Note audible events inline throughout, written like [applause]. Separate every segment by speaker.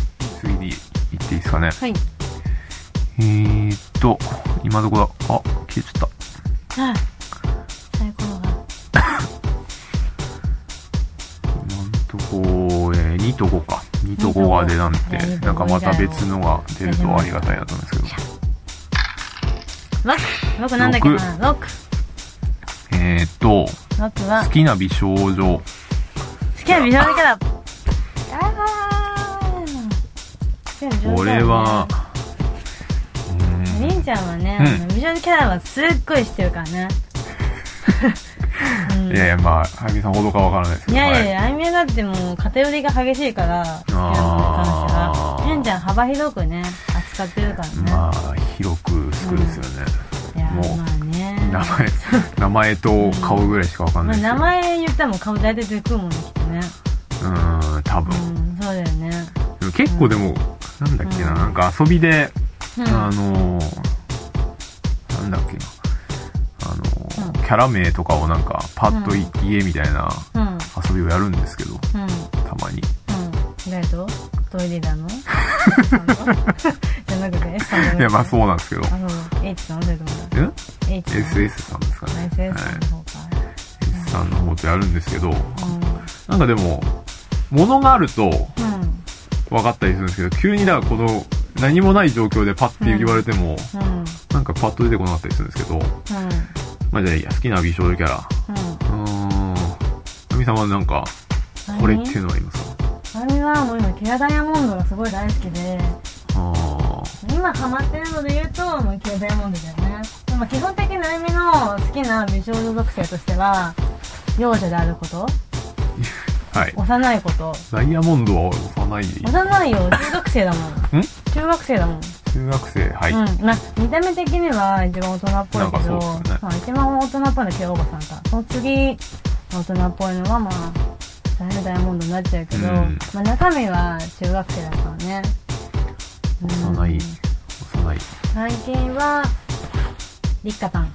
Speaker 1: に行っていいですかね。
Speaker 2: はい。
Speaker 1: えーっと、今どこだあ、消えちゃっ
Speaker 2: あサイコロが。
Speaker 1: た。今んとこ、えー、2と5か。2と5が出なんて
Speaker 2: 二と五、
Speaker 1: なんかまた別のが出るとありがたいなと思うんですけど。
Speaker 2: ロックロックなんだっけなロック
Speaker 1: えーっと、
Speaker 2: ロックは
Speaker 1: 好、きな美少女。
Speaker 2: 好きな美少女キャラ。あー好きな美少女キャラね
Speaker 1: これは、う
Speaker 2: り
Speaker 1: ーん
Speaker 2: んちゃんはね、
Speaker 1: うん
Speaker 2: あの美少女キャラはすっごい知ってるから
Speaker 1: [laughs]
Speaker 2: ね。うん
Speaker 1: いやいや、まあ、あゆみさんほどかわからないですけ
Speaker 2: い
Speaker 1: ど。
Speaker 2: やいやい
Speaker 1: は
Speaker 2: や、あいみえだってもう偏りが激しいから、好きなものに関
Speaker 1: あー
Speaker 2: しては。りんちゃん幅広くね、扱ってるからね。
Speaker 1: まあ、広く少ですよね。
Speaker 2: いや、
Speaker 1: もう
Speaker 2: まあね。
Speaker 1: 名前、名前と顔ぐらいしかわかんないで
Speaker 2: まあ
Speaker 1: すけ
Speaker 2: 名
Speaker 1: ど。
Speaker 2: 前言ったらもう顔大体出てくるもんね、きっとね。
Speaker 1: うーん、多分。
Speaker 2: うん、そうだよね。
Speaker 1: でも結構でも、なんだっけな、
Speaker 2: うん
Speaker 1: なんか遊びで、
Speaker 2: うん。
Speaker 1: あのーなんだっけな、あのー
Speaker 2: うん
Speaker 1: キャラ名とかをなんか、パッとい、
Speaker 2: う
Speaker 1: 言えみたいな
Speaker 2: うん。うん。
Speaker 1: 遊びをやるんですけど、
Speaker 2: うん。
Speaker 1: たまに。
Speaker 2: 誰とトイレだの F さんとじゃなくて S さんじゃ
Speaker 1: い
Speaker 2: なくて。
Speaker 1: や、まあそうなんですけど。
Speaker 2: あの、H さんそれとも。
Speaker 1: え
Speaker 2: H さん。
Speaker 1: ?SS さんですかね。
Speaker 2: あ SS さんの方か。
Speaker 1: い、S さんの方とやるんですけど、
Speaker 2: うん。
Speaker 1: なんかでも、物があると
Speaker 2: うん。
Speaker 1: 分かったりするんですけど、急にだからこの、何もない状況でパッて言われても、
Speaker 2: うん。
Speaker 1: なんかパッと出てこなかったりするんですけど、
Speaker 2: うん。
Speaker 1: まあじゃあいいや、好きな美少女キャラ。
Speaker 2: うん。
Speaker 1: うーん。ナミさんはなんか、これっていうのはありますか
Speaker 2: あれはもう今、キラダイヤモンドがすごい大好きで、
Speaker 1: あ
Speaker 2: 今ハマってるので言うと、もうキラダイヤモンドだよね。でも基本的にアイミの好きな美少女属性としては、幼女であること、
Speaker 1: あ。はい。
Speaker 2: 幼いこと。
Speaker 1: ダイヤモンドは幼い。
Speaker 2: 幼いよ、中学生だもん。
Speaker 1: [laughs] ん
Speaker 2: 中学生だもん。
Speaker 1: 中学生、はい。
Speaker 2: うん。まあ、見た目的には一番大人っぽいけ
Speaker 1: な
Speaker 2: ど、
Speaker 1: んかそうですよね
Speaker 2: まあ一番大人っぽいのはケオおばさんか。その次、大人っぽいのはまあ、大変ダイヤモンドになっちゃうけど、
Speaker 1: うん
Speaker 2: まあ中身は中学生だからね。うん
Speaker 1: 幼い。幼い。
Speaker 2: 最近は、リッカさん。うん。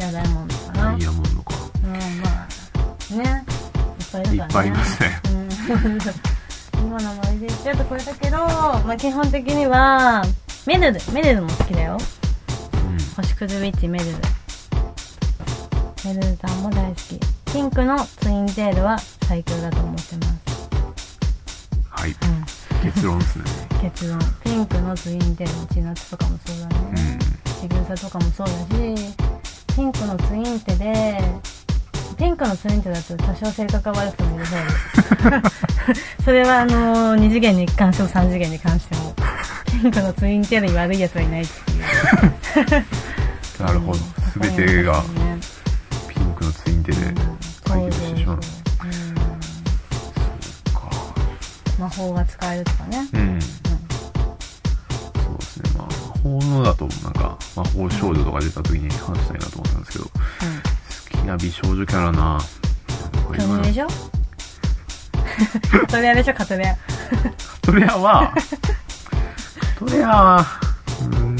Speaker 2: じゃあダイヤモンドかな。
Speaker 1: ダ
Speaker 2: うん
Speaker 1: イ、ヤモンドか。
Speaker 2: まあ、ね。いっぱい
Speaker 1: い
Speaker 2: い
Speaker 1: っ
Speaker 2: るか
Speaker 1: ぱ
Speaker 2: らね。
Speaker 1: いいますね。
Speaker 2: うん今のノリで言っちゃうとこれだけど、まあ、基本的には、メルル、メルルも好きだよ。星屑ウィッチ、メルル。メルルさんも大好き。ピンクのツインテールは最強だと思ってます。
Speaker 1: うん。はい。結論ですね。
Speaker 2: うん、結論。ピンクのツインテールのチナツとかもそうだ
Speaker 1: う
Speaker 2: ね。
Speaker 1: ん。
Speaker 2: ちぐさとかもそうだし、ピンクのツインテで、ピンクのツインテだと多少性格が悪くても許される。
Speaker 1: [laughs]
Speaker 2: それはあのー、2次元に関しても3次元に関しても、ピンクのツインテールに悪い奴はいないっていう。
Speaker 1: なるほど。すべてが
Speaker 2: そうなんです
Speaker 1: ピンクのツインテで
Speaker 2: よね
Speaker 1: 解決してしまう。
Speaker 2: そ
Speaker 1: そう
Speaker 2: そうそう
Speaker 1: うか。
Speaker 2: うん魔法が使えるとかね。
Speaker 1: うん。そうですね。まあ、魔法のだと、なんか、魔法少女とか出た時に話したいなと思ったんですけど、好きな美少女キャラな。
Speaker 2: う。
Speaker 1: なんんか
Speaker 2: 巨
Speaker 1: 今
Speaker 2: 乳
Speaker 1: の
Speaker 2: でしょ [laughs] カトレアでしょ、カトレア。
Speaker 1: カトレアは、カトレアは、うん、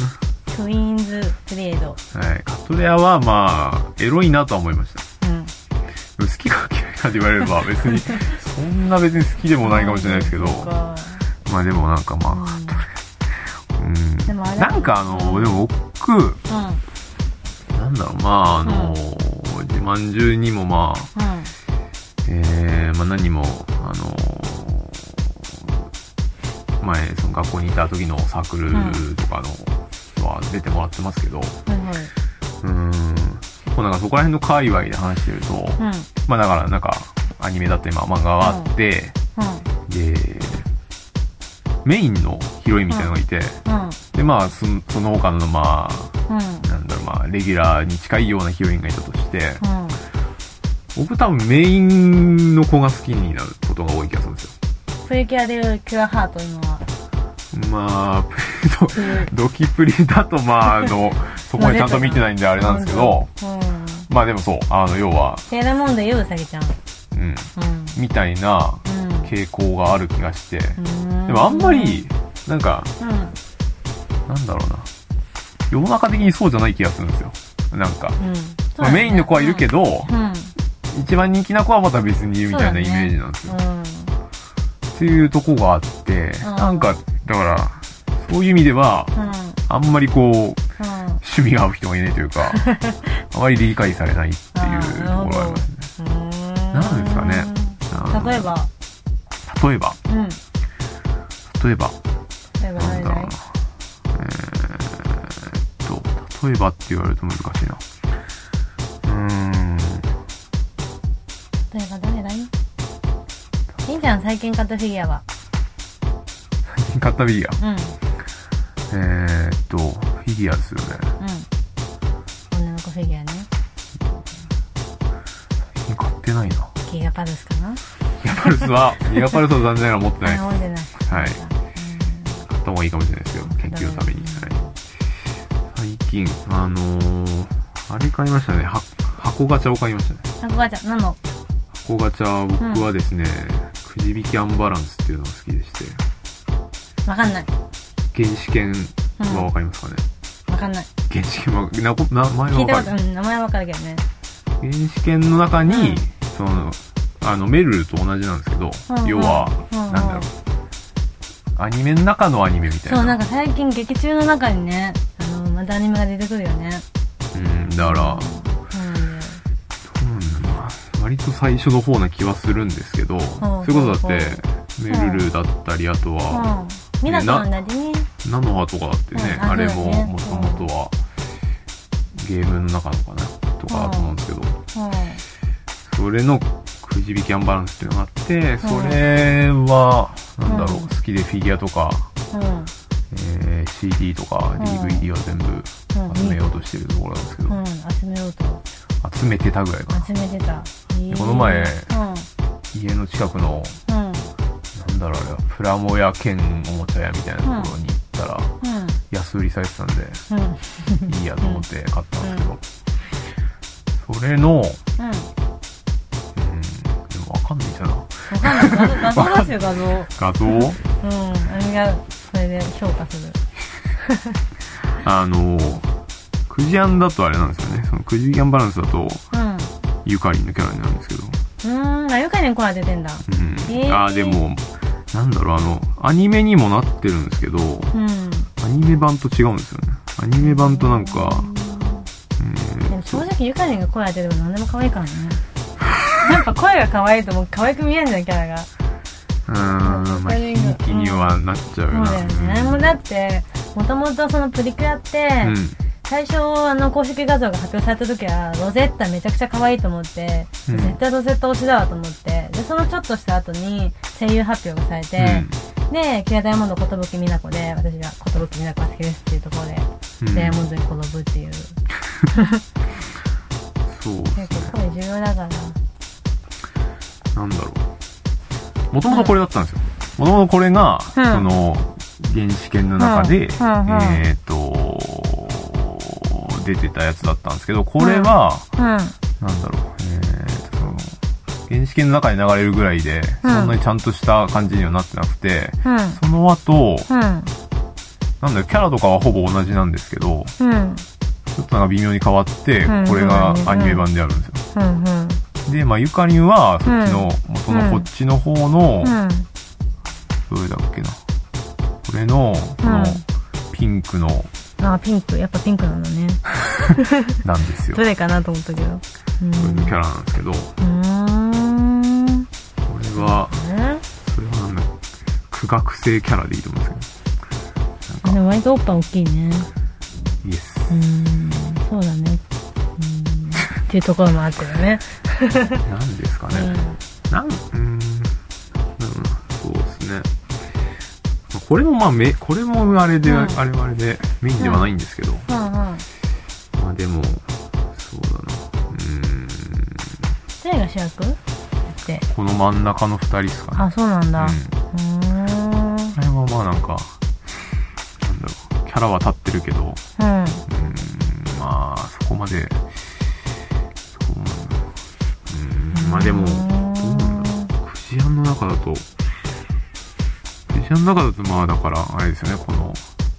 Speaker 2: ツインズグレード。
Speaker 1: はい。カトレアは、まあ、エロいなとは思いました。
Speaker 2: うん。
Speaker 1: でも好きか嫌いかって言われれば、別に、そんな別に好きでもないかもしれないですけど、
Speaker 2: そうか
Speaker 1: まあでもなんかまあ、
Speaker 2: う
Speaker 1: うん。
Speaker 2: でもあれ
Speaker 1: なんかあの、でも僕、
Speaker 2: ん。うん。
Speaker 1: なんだろう、まああの、自慢中にもまあ、
Speaker 2: うん。
Speaker 1: えー、まあ何も、あのー前、その学校にいた時のサークルとかの、は出てもらってますけど、う
Speaker 2: はいはい。
Speaker 1: ーん、こうなんかそこら辺の界隈で話してると、
Speaker 2: うん。うん。
Speaker 1: まあだからなんか、アニメだってまあ漫画があって、で、メインのヒロインみたいなのがいて、
Speaker 2: うん。
Speaker 1: でまあそのその他のまあ、
Speaker 2: うん。
Speaker 1: なんだろうまあ、レギュラーに近いようなヒロインがいたとして、
Speaker 2: うん。
Speaker 1: 僕多分メインの子が好きになることが多い気がするんですよ。
Speaker 2: プリキュアでいうキュアハート今は。
Speaker 1: まあ、 [laughs] プリドドキプリだと、まあ、あ
Speaker 2: [laughs]
Speaker 1: の、そこまでちゃんと見てないんであれなんですけど、
Speaker 2: うん。
Speaker 1: まあでもそう、あの、要は、
Speaker 2: セーラーモンで言うウサギちゃん。
Speaker 1: うん、
Speaker 2: うん。
Speaker 1: みたいな
Speaker 2: うん。
Speaker 1: 傾向がある気がして、
Speaker 2: うん
Speaker 1: でもあんま、り、なんか、
Speaker 2: うん。
Speaker 1: なんだろうな、世の中的にそうじゃない気がするんですよ。なんか、
Speaker 2: うん。そう
Speaker 1: ま
Speaker 2: だ
Speaker 1: あ
Speaker 2: ね
Speaker 1: メインの子はいるけ。ど、
Speaker 2: うん。うん。
Speaker 1: 一番人気な子はまた別にいるみたいなイメージなんですよ。
Speaker 2: う
Speaker 1: っ
Speaker 2: ん。
Speaker 1: ていうとこがあって、
Speaker 2: ん
Speaker 1: なんか、だから、そういう意味では、
Speaker 2: うん
Speaker 1: あんまりこう、
Speaker 2: うん
Speaker 1: 趣味が合う人がいないという
Speaker 2: [laughs]
Speaker 1: か、あまり理解されないっていうところがありますね。
Speaker 2: うーん
Speaker 1: なんですかねあー
Speaker 2: 例えば
Speaker 1: 例えば、
Speaker 2: うん
Speaker 1: 例えば、
Speaker 2: 例えば
Speaker 1: なん
Speaker 2: 何
Speaker 1: だろう
Speaker 2: 々
Speaker 1: な。えーっと、例えばって言われると難しいな。うーん、
Speaker 2: 例えば誰だいいいじゃん最近買ったフィギュアは
Speaker 1: 最近買ったフィギュア。
Speaker 2: うんうん
Speaker 1: えーっと、フィギュアですよね。
Speaker 2: 女の子フィギュアね
Speaker 1: 最近買ってないな。
Speaker 2: ギガパルスかな
Speaker 1: ギガパルス [laughs] は、ギガパルスは残念ながら持ってない
Speaker 2: あ
Speaker 1: です。
Speaker 2: 覚えてない
Speaker 1: はい
Speaker 2: い
Speaker 1: 買った方がいいかもしれないですけど、研究のために。はい、最近、あのー、あれ買いましたね。は箱ガチャを買いましたね。
Speaker 2: なんかばあちゃん何の
Speaker 1: 箱ガチャ、僕はですね、くじ引きアンバランスっていうのが好きでして、
Speaker 2: わかんない
Speaker 1: 原始犬はわかりますかね、
Speaker 2: わかんない
Speaker 1: 原始犬は、なこ名前は
Speaker 2: 聞
Speaker 1: わ
Speaker 2: いたこ
Speaker 1: か
Speaker 2: と
Speaker 1: る。
Speaker 2: うん名前はわかるけどね
Speaker 1: 原始犬の中に、
Speaker 2: うん
Speaker 1: その、あの、メルルと同じなんですけど、
Speaker 2: うんうん
Speaker 1: 要は、
Speaker 2: うんうん
Speaker 1: なんだろう。アニメの中のアニメみたいな。
Speaker 2: そうなんか最近劇中の中にねあのまたアニメが出てくるよね
Speaker 1: うん、だから、
Speaker 2: そうなんだよ
Speaker 1: うんまあ割と最初の方な気はするんですけど、それこそだって、メルルだったり、あとは、
Speaker 2: うんミラクルのりね
Speaker 1: ナノハとかだってね、
Speaker 2: うん
Speaker 1: あれ
Speaker 2: あそう
Speaker 1: も
Speaker 2: だね
Speaker 1: もともとは、ゲームの中のかな、とかだと思うんですけど、
Speaker 2: う
Speaker 1: それのくじ引きアンバランスっていうのがあって、それは、なんだろう、
Speaker 2: うん
Speaker 1: 好きでフィギュアとか、
Speaker 2: んうん
Speaker 1: えー CD とか
Speaker 2: うん
Speaker 1: DVD は全部
Speaker 2: うん
Speaker 1: 集めようとしてるところなんですけど、
Speaker 2: うん集めようと
Speaker 1: 集めてたぐらいかな。
Speaker 2: 集めてたいい
Speaker 1: この前
Speaker 2: うん
Speaker 1: 家の近くの
Speaker 2: うん
Speaker 1: なんだろうあれはプラモや兼おもちゃ屋みたいなところに行ったら、
Speaker 2: う
Speaker 1: 安売りされてたん [laughs] で、
Speaker 2: んうん
Speaker 1: いいやと思って買ったんですけど、それの、うん、で
Speaker 2: うん
Speaker 1: もわかんないじゃな。
Speaker 2: わかんない画像画像ですよ画像うん
Speaker 1: 画像
Speaker 2: あれがそれで評価する
Speaker 1: あの、くじアンだとあれなんですよね。そのくじアンバランスだと、
Speaker 2: うんう
Speaker 1: ゆかりんのキャラになるんですけど、
Speaker 2: ーんあゆかりんコラ出てんだ
Speaker 1: うん。
Speaker 2: えー
Speaker 1: あー、でも、なんだろう、あの、アニメにもなってるんですけど、
Speaker 2: うん
Speaker 1: アニメ版と違うんですよね。アニメ版となんか、うん
Speaker 2: でも正直ゆかりんが声当てれば何でも可愛いからねやっぱ声が可愛いともう可愛く見えるんだよキャラが
Speaker 1: うーん、まあ、ひいきにはなっちゃう
Speaker 2: そうだよね、もう
Speaker 1: な。
Speaker 2: だってもともとそのプリクラって、
Speaker 1: うん。
Speaker 2: 最初あの公式画像が発表された時はロゼッタめちゃくちゃ可愛いと思って、
Speaker 1: うん
Speaker 2: 絶対ロゼッタ推しだわと思ってでそのちょっとした後に声優発表がされて、でキラダイヤモンド寿美奈子で私が寿美奈子が好きですっていうところで、
Speaker 1: うん。
Speaker 2: ダイヤモ
Speaker 1: うん
Speaker 2: ンドに転ぶっていう
Speaker 1: そうですね
Speaker 2: 結。構声重要だから
Speaker 1: なんだろう。もともとこれだったんですよ。もともとこれが、
Speaker 2: うん
Speaker 1: その、原始圏の中で、
Speaker 2: うんうんうん
Speaker 1: えっ、と、出てたやつだったんですけど、これは、
Speaker 2: うん
Speaker 1: なんだろう、えーと、その、原始圏の中に流れるぐらいで、
Speaker 2: うん
Speaker 1: そんなにちゃんとした感じにはなってなくて、
Speaker 2: うん
Speaker 1: その後、
Speaker 2: うん
Speaker 1: なんだろう、キャラとかはほぼ同じなんですけど、
Speaker 2: うん
Speaker 1: ちょっとなんか微妙に変わって
Speaker 2: うん、
Speaker 1: これがアニメ版であるんですよ。
Speaker 2: うんうん
Speaker 1: で、まあ、ゆかりんは、そっちの、元のこっちの方の、
Speaker 2: ん
Speaker 1: どれだっけな。これの、その、ピンクの、
Speaker 2: あピンクやっぱピンクなんだね
Speaker 1: なんですよ。
Speaker 2: どれかなと思ったけどうん
Speaker 1: そういうキャラなんですけど、こ
Speaker 2: うーん
Speaker 1: れは、
Speaker 2: え
Speaker 1: それはなんだ苦学生キャラでいいと思うんです
Speaker 2: あでも割とおっぱい大きいね
Speaker 1: けど、イエス。
Speaker 2: うーんそうだねうーんっていうところもあってよね
Speaker 1: なんですかね。なん、うーん、なんだろうなそうですね。まあこれもまあ、め、これもあれで、
Speaker 2: うん
Speaker 1: あれはあれで、メインではないんですけど、
Speaker 2: うんうんうん
Speaker 1: まあでも、そうだな。うーん。
Speaker 2: 誰が主役って
Speaker 1: この真ん中の二人ですかね。
Speaker 2: あそうなんだ
Speaker 1: う
Speaker 2: う
Speaker 1: ん
Speaker 2: ーんうん
Speaker 1: これはまあなんか、なんだろう、キャラは立ってるけど、うーん、まあ、そこまで、そうなんだうーん、まあでも、どうなんだろう。クジアンの中だと、クジアンの中だとまあだから、あれですよね、この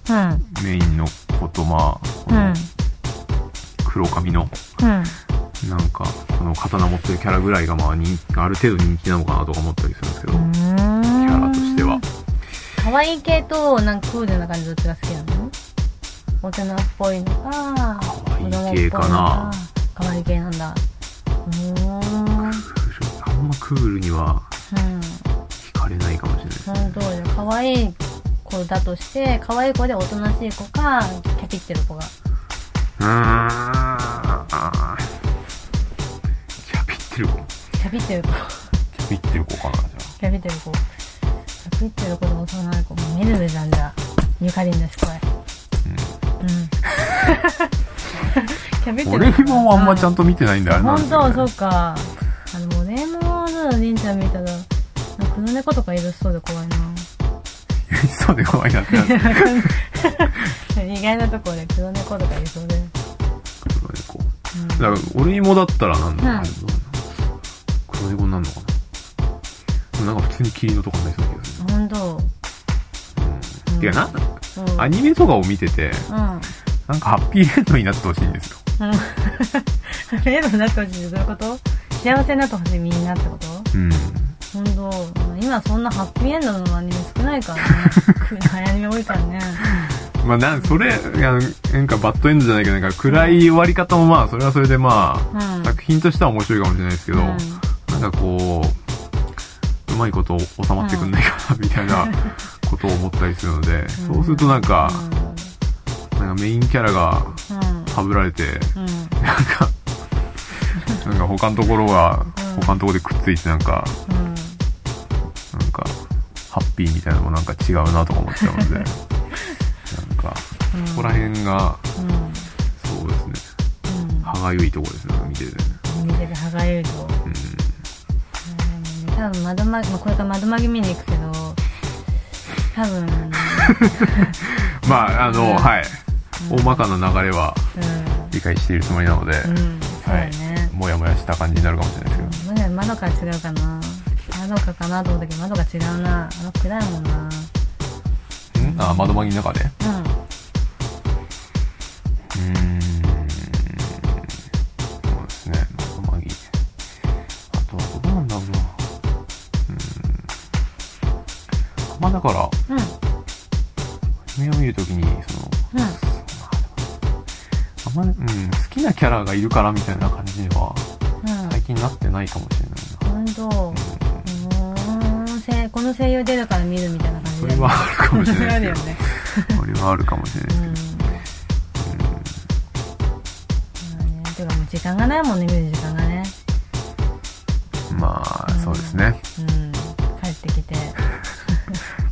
Speaker 2: うん
Speaker 1: メインの子とまあ、こ
Speaker 2: うん
Speaker 1: の黒髪の、
Speaker 2: うん
Speaker 1: なんか、この刀持ってるキャラぐらいがまあ人、ある程度人気なのかなとか思ったりするんですけど、
Speaker 2: うーん
Speaker 1: キャラと
Speaker 2: 可愛い系と、なんかクールな感じどっちが好きなの大人っぽいのか、
Speaker 1: 可愛い系かな
Speaker 2: 子供っぽいのか。可愛い系なんだ。うーん。うん。
Speaker 1: クールあんまクールには惹かれないかもしれないです
Speaker 2: そ
Speaker 1: ね
Speaker 2: の通りだ。可愛い子だとして、可愛い子でおとなしい子か、キャピってる子が。
Speaker 1: うーんあーキャピってる子
Speaker 2: キャピってる子。
Speaker 1: キャピってる子かなじゃ
Speaker 2: キャピってる子。キャピってる子と幼い子。もうメルルじゃんじゃあ。ゆかりんです、これ。うん。キャピっ [laughs]
Speaker 1: あ
Speaker 2: てる
Speaker 1: 俺
Speaker 2: 子
Speaker 1: もあんまちゃんと見てないんであれなんで
Speaker 2: 本
Speaker 1: すよ、
Speaker 2: 当
Speaker 1: ね、
Speaker 2: そうかあの俺もさりんちゃん見たらなんか黒猫とかいるしそうで怖いな
Speaker 1: そうで怖いなってなってる
Speaker 2: 意外なところで黒猫とかいそうで、うん、
Speaker 1: 黒猫だから俺芋だったらなんだろう、
Speaker 2: うん
Speaker 1: あれどうなの黒猫になるのかなでもなんか普通に霧のとかになりそうだけどね
Speaker 2: 本当
Speaker 1: うん、てかな、アニメとかを見てて
Speaker 2: うん
Speaker 1: なんかハッピーエンドになってほしいんですよ
Speaker 2: うんメロになってほしいってどういうこと幸せになってほしいみんなってこ
Speaker 1: う
Speaker 2: と
Speaker 1: ん
Speaker 2: 本当今そんなハッピーエンドのアニメ少ないからね暗いアニメ多いからね
Speaker 1: まあなんそれいやなんかバッドエンドじゃないけどなんか暗い終わり方もまあそれはそれでま
Speaker 2: うん
Speaker 1: あ、作品としては面白いかもしれないですけど、
Speaker 2: うん
Speaker 1: なんかこううまいこと収まってくんないかな、みたいなことを思ったりするので、そうするとなんか、なんかメインキャラがはぶられて、
Speaker 2: うんうん
Speaker 1: なんか、なんか他のところが、
Speaker 2: うん
Speaker 1: 他のところでくっついてなんか、
Speaker 2: うん、うん
Speaker 1: なんか、ハッピーみたいなのもなんか違うなとか思っちゃうの
Speaker 2: [laughs]
Speaker 1: で、なんか、ここら辺が、
Speaker 2: うん
Speaker 1: そうですね、
Speaker 2: うん
Speaker 1: 歯がゆいところですね、見てて。
Speaker 2: 見てて歯がゆいと、
Speaker 1: うん。
Speaker 2: うん、多分窓ま、まあ、これから窓まぎ見に行くけど多分、うん、
Speaker 1: まあ、あの、
Speaker 2: うん
Speaker 1: はい。
Speaker 2: うん
Speaker 1: 大まかな流れは理解しているつもりなので、
Speaker 2: うんそう
Speaker 1: は
Speaker 2: だ
Speaker 1: い
Speaker 2: ね、。
Speaker 1: もやもやした感じになるかもしれないです
Speaker 2: うんまだ窓から違うかな窓かかなと思ったけど窓が違うなあの暗いもんな
Speaker 1: けど。んあ、窓紛の中で。う
Speaker 2: うん
Speaker 1: ーん。そうですね、窓紛。あとはどうなんだろうな。うん。まあだから、
Speaker 2: うん
Speaker 1: 夢を見るときに、その、
Speaker 2: うん
Speaker 1: あんまり、うん、好きなキャラがいるからみたいな感じには、
Speaker 2: うん
Speaker 1: 最近なってないかもしれないな。
Speaker 2: 本当うーんせこの声優出るから見るみたいな感じ
Speaker 1: そ
Speaker 2: だ
Speaker 1: れはあるかもしれない
Speaker 2: よ
Speaker 1: で
Speaker 2: ね
Speaker 1: す
Speaker 2: [laughs] それ
Speaker 1: けど。それはあるかもしれない
Speaker 2: ある
Speaker 1: です
Speaker 2: よ
Speaker 1: け
Speaker 2: ね
Speaker 1: ど。
Speaker 2: うんまあねてかもう時間がないもんね見る時間がね
Speaker 1: まあ、そうですね。
Speaker 2: うん帰ってきて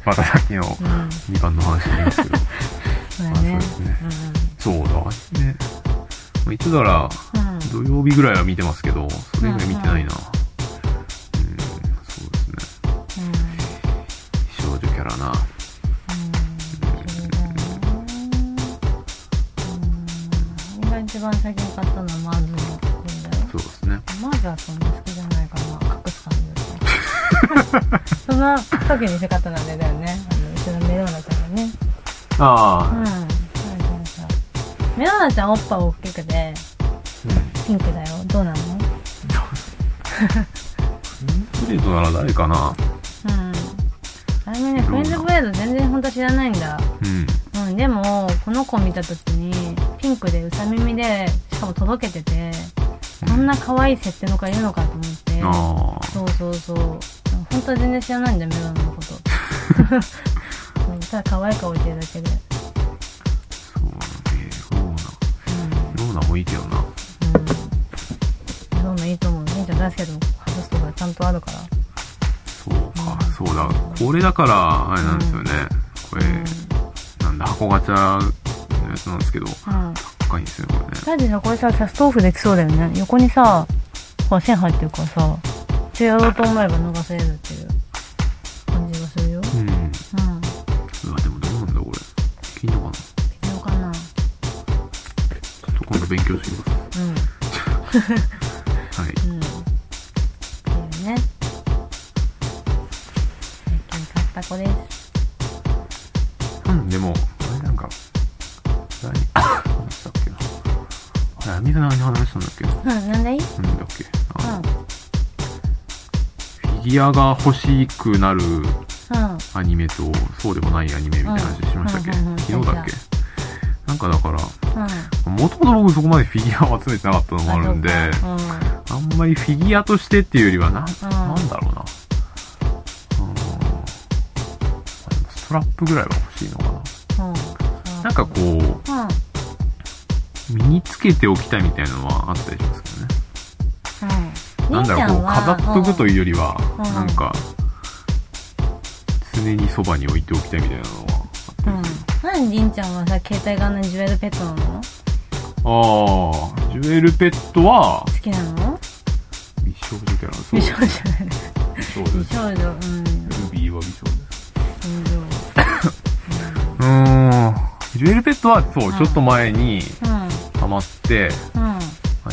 Speaker 1: またさっきの
Speaker 2: うんま
Speaker 1: 2番の話になりますけど。
Speaker 2: あね
Speaker 1: まあそうですね
Speaker 2: うん
Speaker 1: そうだね。まあ、いつだら、
Speaker 2: うん
Speaker 1: 土曜日ぐらいは見てますけど、それ以外見てないな。うん、そうですね。
Speaker 2: うん
Speaker 1: 少女キャラな。
Speaker 2: うんそうだよねうん俺が一番最近買ったのはマーズの本だよ
Speaker 1: そうですね。
Speaker 2: マーズはそんな好きじゃないから隠す感じですねそんな時にして買ったのはあれだよねあのうちのメローナちゃんがねう
Speaker 1: ああ、
Speaker 2: んそうそうそうメローナちゃんおっぱい大きくて
Speaker 1: うん。
Speaker 2: ピンクだよどうなの
Speaker 1: プレートなら誰かな
Speaker 2: うん。あれもね、フレンズブレード全然本当知らないんだ。
Speaker 1: うん。
Speaker 2: うん、でも、この子見た時に、ピンクでうさ耳で、しかも届けてて、こんな可愛い設定の子がいるのかと思って。
Speaker 1: ああ。
Speaker 2: そうそうそう。本当は全然知らないんだよ、メロンのこ
Speaker 1: [laughs]
Speaker 2: と。うんただ可愛い顔置いてるだけで。
Speaker 1: そうだね。ローナ。ローナもいいけどな。
Speaker 2: うん。うん。メロンのいいと思う。りんちゃん大好きだけど、外すとこがちゃんとあるから。
Speaker 1: そうか、そうだ。これだから、あれなんですよね。これ、なんだ、箱ガチャのやつなんですけど、
Speaker 2: うん。うん。
Speaker 1: 高いんですよね、これね。
Speaker 2: だってさ、これさ、キャストオフできそうだよね。横にさ、ほら、線入ってるからさ、一応やろうと思えば逃せるっていう感じがするよ。
Speaker 1: うん。
Speaker 2: うん。
Speaker 1: うわ、でもどうなんだ、これ。いいのかなち
Speaker 2: 微妙かな。
Speaker 1: ょっと今度勉強してみま
Speaker 2: うん。
Speaker 1: す。はい。
Speaker 2: うん。っていうね。最近買った子です。
Speaker 1: うん、でも、あれなんか、何話したっけな。あれ、アミが何話したんだっけな。
Speaker 2: うん、なんでいいうん。
Speaker 1: なんだっけ。あのフィギュアが欲しくなる
Speaker 2: うん
Speaker 1: アニメとそうでもないアニメみたいな話しましたっけ、
Speaker 2: うんうんうんうん
Speaker 1: 昨日だっけなんかだから
Speaker 2: うん
Speaker 1: もともと僕そこまでフィギュアを集めてなかったのもあるんで
Speaker 2: そうか
Speaker 1: あんまりフィギュアとしてっていうよりはな,、
Speaker 2: うん
Speaker 1: なんだろうなうーんまあでもストラップぐらいは欲しいのかな
Speaker 2: うんうん
Speaker 1: なんかこう
Speaker 2: うん
Speaker 1: 身につけておきたいみたいなのはあったりしますけどね
Speaker 2: うん
Speaker 1: なんだろうこう飾っとくと
Speaker 2: い
Speaker 1: いうよりは、
Speaker 2: うん
Speaker 1: なんか常にそばに置いておきたいみたいなのは
Speaker 2: う
Speaker 1: あ
Speaker 2: ん、
Speaker 1: った
Speaker 2: う
Speaker 1: りする、
Speaker 2: んなんでりんちゃんはさ携帯があんなにジュエルペットなの
Speaker 1: ああジュエルペットは
Speaker 2: 好きなの
Speaker 1: 美少女キャラそう
Speaker 2: 美少女じゃない
Speaker 1: 美少女
Speaker 2: 美
Speaker 1: です
Speaker 2: 少女うん
Speaker 1: ルビーは美少女です
Speaker 2: 美少女
Speaker 1: うーんジュエルペットはそう、
Speaker 2: うん
Speaker 1: ちょっと前に
Speaker 2: うん
Speaker 1: ハマって
Speaker 2: うん
Speaker 1: ア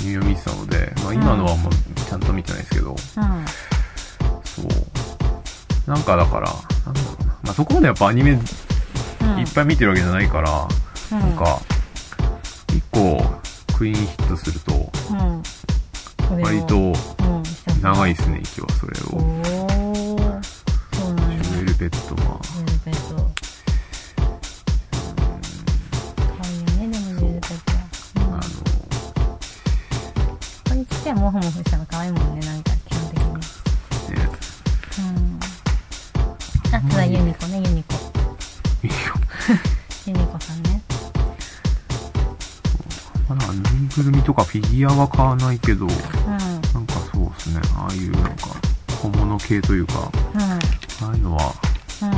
Speaker 1: ニメを見てたので、まあ、今のはもうちゃんと見てないですけど、
Speaker 2: うん
Speaker 1: そうなんかだからなんだろうな、まあ、そこまでやっぱアニメいっ
Speaker 2: うん
Speaker 1: ぱい見てるわけじゃないから、
Speaker 2: うん
Speaker 1: なんか、一個クイーンヒットすると、
Speaker 2: うんそれを
Speaker 1: 割と
Speaker 2: うんひたすら
Speaker 1: 長いですね、息は、それ
Speaker 2: お
Speaker 1: を。
Speaker 2: おそうなんだ
Speaker 1: ジュエルペットが、
Speaker 2: ジュエルペット可愛いねでもジュエルペット
Speaker 1: あ
Speaker 2: は
Speaker 1: の、
Speaker 2: ここに来てモフモフしたの可愛いもんねなんか基本的に
Speaker 1: ね、
Speaker 2: うんあとはユニコねユニコ
Speaker 1: いいよ。
Speaker 2: ユニコさんね
Speaker 1: まだ、ぬいぐるみとかフィギュアは買わないけど、
Speaker 2: うんうん
Speaker 1: なんかそうですね、ああいうなんか、小物系というか、ああいうのは、
Speaker 2: うん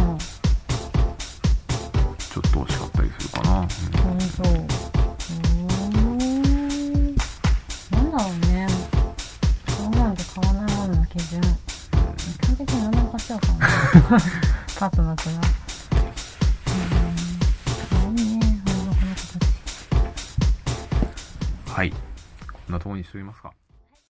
Speaker 1: ちょっと欲しかったりするかな。うん
Speaker 2: 本当うーんなんだろうね買うなんて買わないものの基準基本的に何でも買っちゃうからな [laughs] パートナーとはうーん可愛いね女の子の子たち
Speaker 1: はい。こんなとこにしておきますか。